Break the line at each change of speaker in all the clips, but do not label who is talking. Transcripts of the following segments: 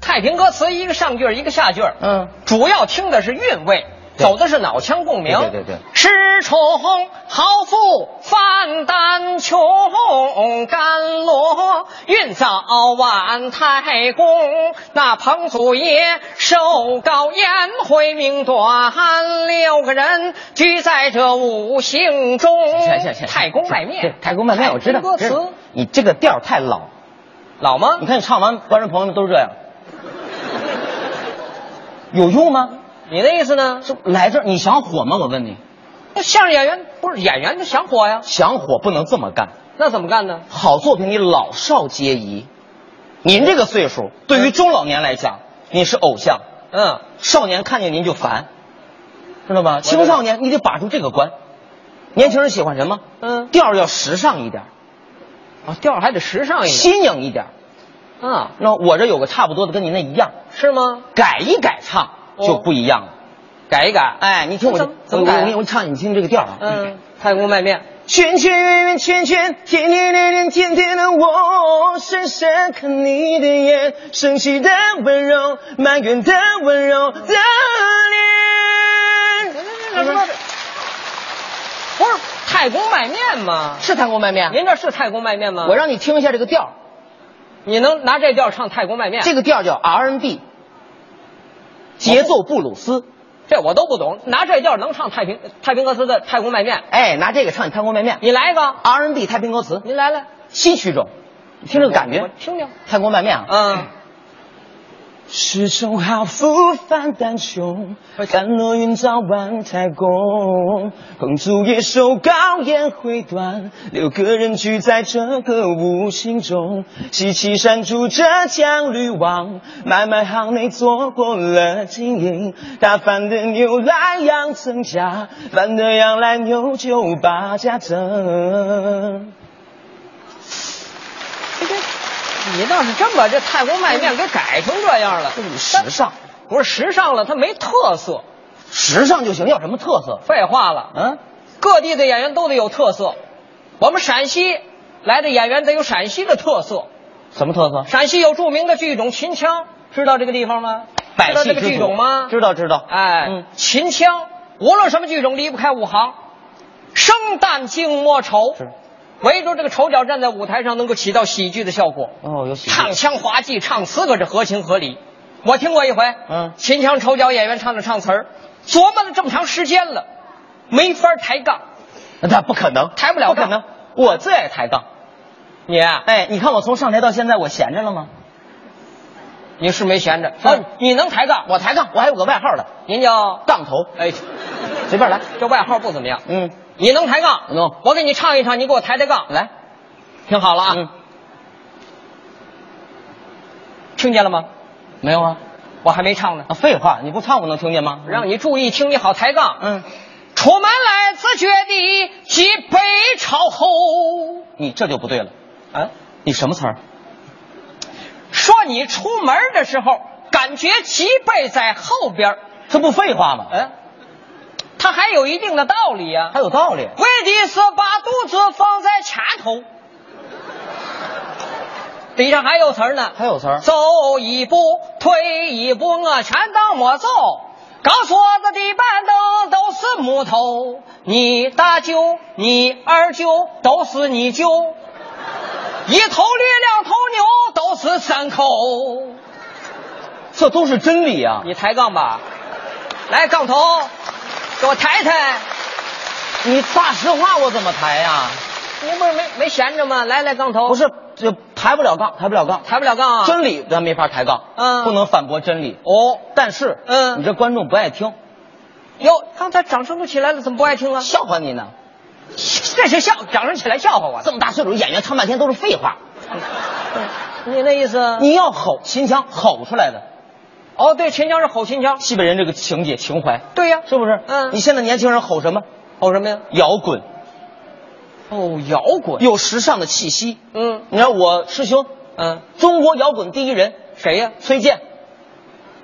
太平歌词一个上句儿一个下句儿，
嗯，
主要听的是韵味，
对
走的是脑腔共鸣。
对对对对
吃虫豪富饭胆穷，甘罗运早晚太公。那彭祖爷寿高烟回命短，六个人居在这五行中
行行。行，
哎太公卖
对
面，
太公卖面，我知道。
歌
知道
词
你这个调儿太老，
老吗
你？看你唱完，观众朋友们都是这样，有用吗？
你的意思呢？
这来这儿你想火吗？我问你，
那相声演员不是演员就想火呀？
想火不能这么干。
那怎么干呢？
好作品你老少皆宜。您这个岁数，对于中老年来讲，您是偶像；
嗯，
少年看见您就烦，知道吧？
知道
青少年你得把住这个关。年轻人喜欢什么？
嗯
调儿要时尚一点，
啊，调儿还得时尚一点
新颖一点。
啊，
那我这有个差不多的，跟您那一样，
是吗？
改一改唱
哦
就不一样了。
改一改，
哎，你听我这
怎么怎么改
我
啊
我我我唱，你听这个调儿啊。
嗯，太公卖面，
圈圈圆圆圈圈，天天恋恋天天的我，深深看你的眼，生气的温柔，埋怨的温柔的
不是
脸。
太公卖面吗？
是太公卖面，
您这嗯是太公卖面吗？
我让你听一下这个调儿，
你能拿这调儿唱太公卖面？
这个调儿叫 R&B，节奏布鲁斯。
这我都不懂，拿这调儿能唱太平太平歌词的太公卖面？
哎，拿这个唱你太公卖面
你来一个，
，R&B 太平歌词，
您来来，
新曲种，你听这个感
我我
觉，
听听。
太公卖面啊。
嗯，
是种好富饭胆穷，甘落云早晚太公。公主一手高烟灰短，六个人聚在这个五行中。西岐山住着将吕王，买卖行内做过了经营。他贩的牛来羊增加，贩的羊来牛就把价增。
你倒是真把这太公卖面给改成这样了，
时尚，
不是时尚了，它没特色。
时尚就行，要什么特色？
废话了，
嗯，
各地的演员都得有特色。我们陕西来的演员得有陕西的特色。
什么特色？
陕西有著名的剧种秦腔，知道这个地方吗？知
百
道
戏
这个
之
剧
祖
种吗？
知道知道。
哎，
嗯
秦腔无论什么剧种离不开武行，生旦净末丑
是，
唯独这个丑角站在舞台上能够起到喜剧的效果。
哦，有喜剧
唱腔滑稽，唱词可是合情合理。我听过一回，
嗯
秦腔丑角演员唱着唱词儿，琢磨了这么长时间了，没法抬杠。
那不可能，
抬不了
不可
杠
能。我最爱抬杠。
你啊、
哎，你看我从上台到现在，我闲着了吗？
你是没闲着，
是
啊，你能抬杠，
我抬杠，我还有个外号的，
您叫
杠头，
哎，
随便来。
这外号不怎么样。
嗯，
你能抬杠，
能
我给你唱一唱，你给我抬抬杠，
来
听好了啊，
嗯，
听见了吗？
没有啊？
我还没唱呢，
啊，废话，你不唱我能听见吗？
让你注意听，你好抬杠。
嗯，
出门来自觉地脊背朝后，
你这就不对了。
啊，
你什么词儿？
说你出门的时候感觉脊背在后边儿，
这不废话吗？
嗯，它还有一定的道理呀、
还有道理。
为的是把肚子放在前头。底上还有词儿呢，
还有词儿
走一步，退一步，我全当没走。高桌子的板凳都是木头，你大舅、你二舅都是你舅，一头驴两头牛都是牲口。
这都是真理啊！
你抬杠吧，来杠头，给我抬抬。
你大实话，我怎么抬呀、
您不是没没闲着吗？来来杠头，
不是，这抬不了杠，抬不了杠。
抬不了杠啊。
真理咱没法抬杠，
嗯
不能反驳真理。
哦，
但是，
嗯
你这观众不爱听，
哟，刚才掌声都起来了，怎么不爱听了？
笑话你呢。
这是笑，掌声起来笑话我。
这么大岁数，演员唱半天都是废话。
你那意思？
你要吼秦腔，吼出来的。
哦，对，秦腔是吼秦腔。
西北人这个情节情怀，
对呀、
是不是？
嗯
你现在年轻人吼什么？
吼什么呀？
摇滚，
哦，摇滚。
有时尚的气息。
嗯
你知道我师兄，
嗯，哦
中国摇滚第一人
谁呀、
崔健，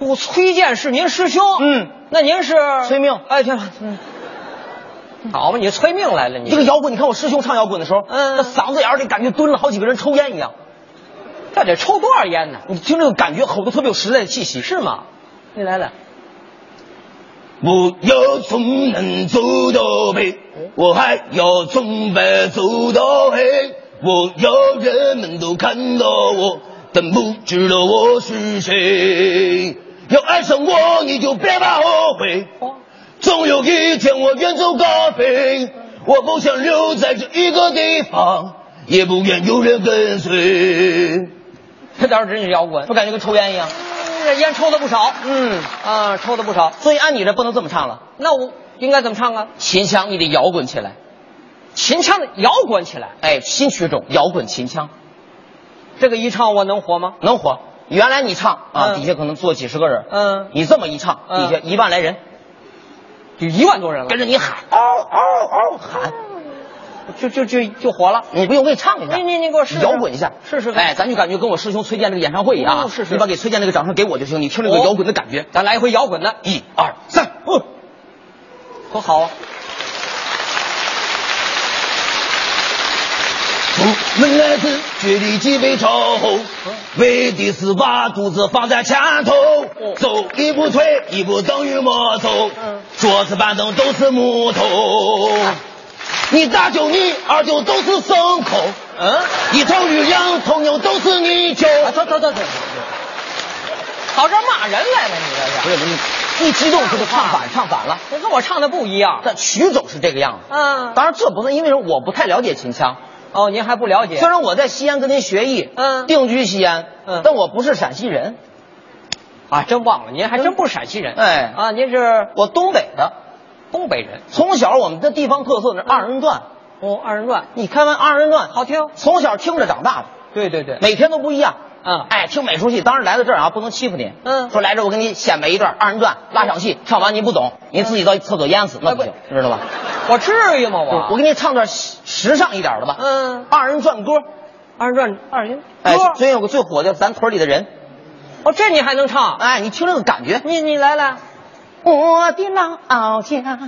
我崔健是您师兄。
嗯，
那您是
崔命
哎，对了，嗯，好嘛，你催命来了你
这。个摇滚，你看我师兄唱摇滚的时候，
嗯
那嗓子眼儿里感觉蹲了好几个人抽烟一样。
到底抽多少烟呢？
你听这个感觉，吼的特别有时代的气息。
是吗？你来来，
我有种能走到黑，我还有种白走到黑。我要人们都看到我，但不知道我是谁。要爱上我，你就别怕后悔。总有一天我远走高飞，我不想留在这一个地方，也不愿有人跟随。
这倒是真是摇滚
我，感觉跟抽烟一样。
这烟抽的不少，
嗯，
啊，抽的不少。
所以按你这不能这么唱了。
那我应该怎么唱啊？
秦腔你得摇滚起来，
秦腔的摇滚起来，
哎，新曲种摇滚秦腔
这个一唱我能火吗？
能火。原来你唱啊，
嗯
底下可能坐几十个人，
嗯，
你这么一唱，
嗯
底下一万来人
有一万多人了
跟，着你喊，嗷嗷嗷喊，
就就就就火了。
你不用我给你唱一下，
你你你给我试试
摇滚一下，
试试看
哎，咱就感觉跟我师兄崔健那个演唱会一样啊，
哦是是
你把给崔健那个掌声给我就行，你听这个
哦
摇滚的感觉，
咱来一回摇滚的，
一二三，嗯，
多好啊！
我们来自绝地几杯潮红，为的是把肚子放在前头，走一步退一步等于没走，桌子板凳都是木头，你大舅你二舅都是牲口，
嗯，
一头驴两头牛都是泥鳅。
啊走走走走，跑这儿骂人来了，你这是？
是你，一激动就给唱反唱反了。
这跟我唱的不一样。
但曲种是这个样子，
嗯，
当然这不是因为我不太了解秦腔，
哦，您还不了解
虽？然我在西安跟您学艺，
嗯
定居西安，
嗯
但我不是陕西人，
啊，真忘了，您还真不是陕西人。
哎
啊，您是
我东北的。
东北人。
从小我们的地方特色那是二人转，
哦，二人转，
你看完二人转，
嗯好听。
从小听着长大的，
对对对，
每天都不一样。
嗯
哎，听美术戏，当然来到这儿啊，不能欺负您。
嗯
说来这儿我给你显摆一段二人转拉场戏，唱完您不懂，您自己到厕所淹死那不行
哎，
知道吧？
我至于吗我？
我给你唱段时时尚一点的吧。
嗯，
二人转歌，
二人转二人
哎，
歌。
最近有个最火叫《咱屯里的人》，
哦，这你还能唱？
哎，你听这个感觉，
你你来来，
我的老家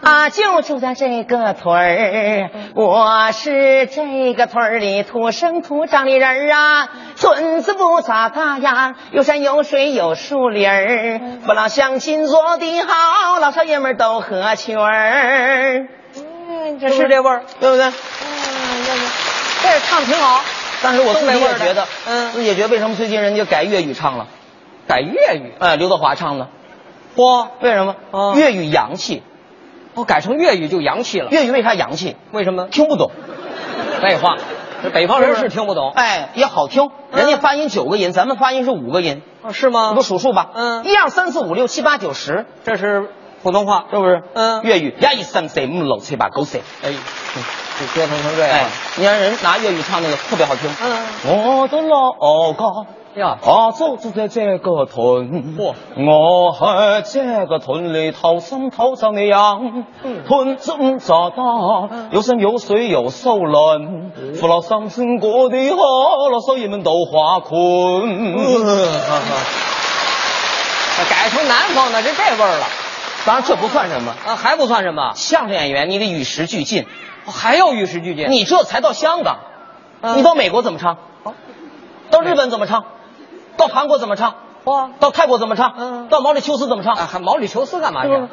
啊，就住在这个屯儿，
嗯
我是这个屯儿里土生土长的人儿啊，
嗯
村子不咋大呀，有山有水有树林儿，
嗯
我老乡亲做的好，老少爷们儿都合群儿。
嗯，这是这嗯味儿。
对不对？
这也唱挺好，
但是我自己
东北味
也
儿的
觉得，
嗯
自己也觉得为什么最近人家改粤语唱了？
改粤语。
哎，刘德华唱的，
嚯，
为什么？
哦
粤语洋气，哦
我改成粤语就洋气了。
粤语为啥洋气？
为什么？
听不懂，
废话，这北方人
不
是听不懂。
哎，也好听。
嗯
人家发音九个音，咱们发音是五个音。
哦，是吗
你给我？数数吧。
嗯
一二三四五六七八九十，
这是普通话。
是不是？
嗯
粤语呀一三四五六七八九十。
哎，就折腾成这样
哎。，你看人拿粤语唱那个特别好听。
嗯，
我的老家。
呀，
啊，就住在这个屯，
嚯
我喺这个屯里土生土长的人，屯子唔咋大，有山有水有树林，父老乡亲过得好，老少爷们都花困。
改成南方的，这这味儿了
当然这不算什么，
啊，还不算什么，
相声演员你得与时俱进，
哦还要与时俱进。
你这才到香港，
嗯
你到美国怎么唱？到日本怎么唱？到韩国怎么唱？
嚯，
到泰国怎么唱？
嗯
到毛里求斯怎么
啊，
唱？
还毛里求斯干嘛去？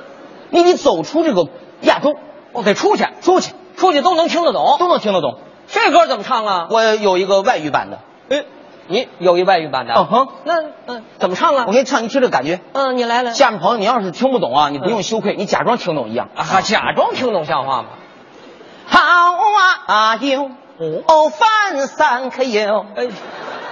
你得走出这个亚洲，
我得出去，
出去。
出去都能听得懂。
都能听得懂。
这歌怎么唱啊？
我有一个外语版的，
哎，你有一外语版的？
嗯哼，
那哦嗯，怎么唱啊
我？给你唱，你听这感觉。
嗯，你来来。
下面朋友，你要是听不懂啊，你不用羞愧，你假装听懂一样。
啊，假装听懂像话吗？
好啊，啊哟，
哦，
哦，翻三克哟。
哎，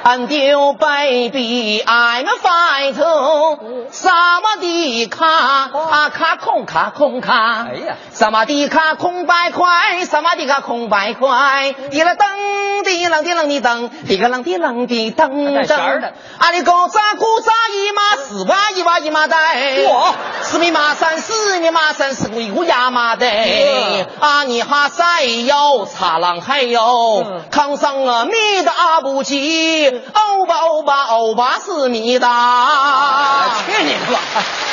And you baby, I'm a
嗯
fighter. 萨瓦迪卡，啊卡空卡空卡。
哎呀
萨瓦迪卡空白块，萨瓦迪卡空白块。
嗯
滴了噔，滴啷滴啷滴噔，滴个啷滴啷滴
还
噔
带弦儿的
噔。啊里狗扎咕扎一马，四哇一哇一马带。
哇
哦四米马三四米马三四鬼咕呀马
嗯
带。啊尼哈塞哟，擦浪嗨哟
嗯，
康桑啊米的阿布吉，欧巴欧巴欧巴是米的。
啊去你的吧！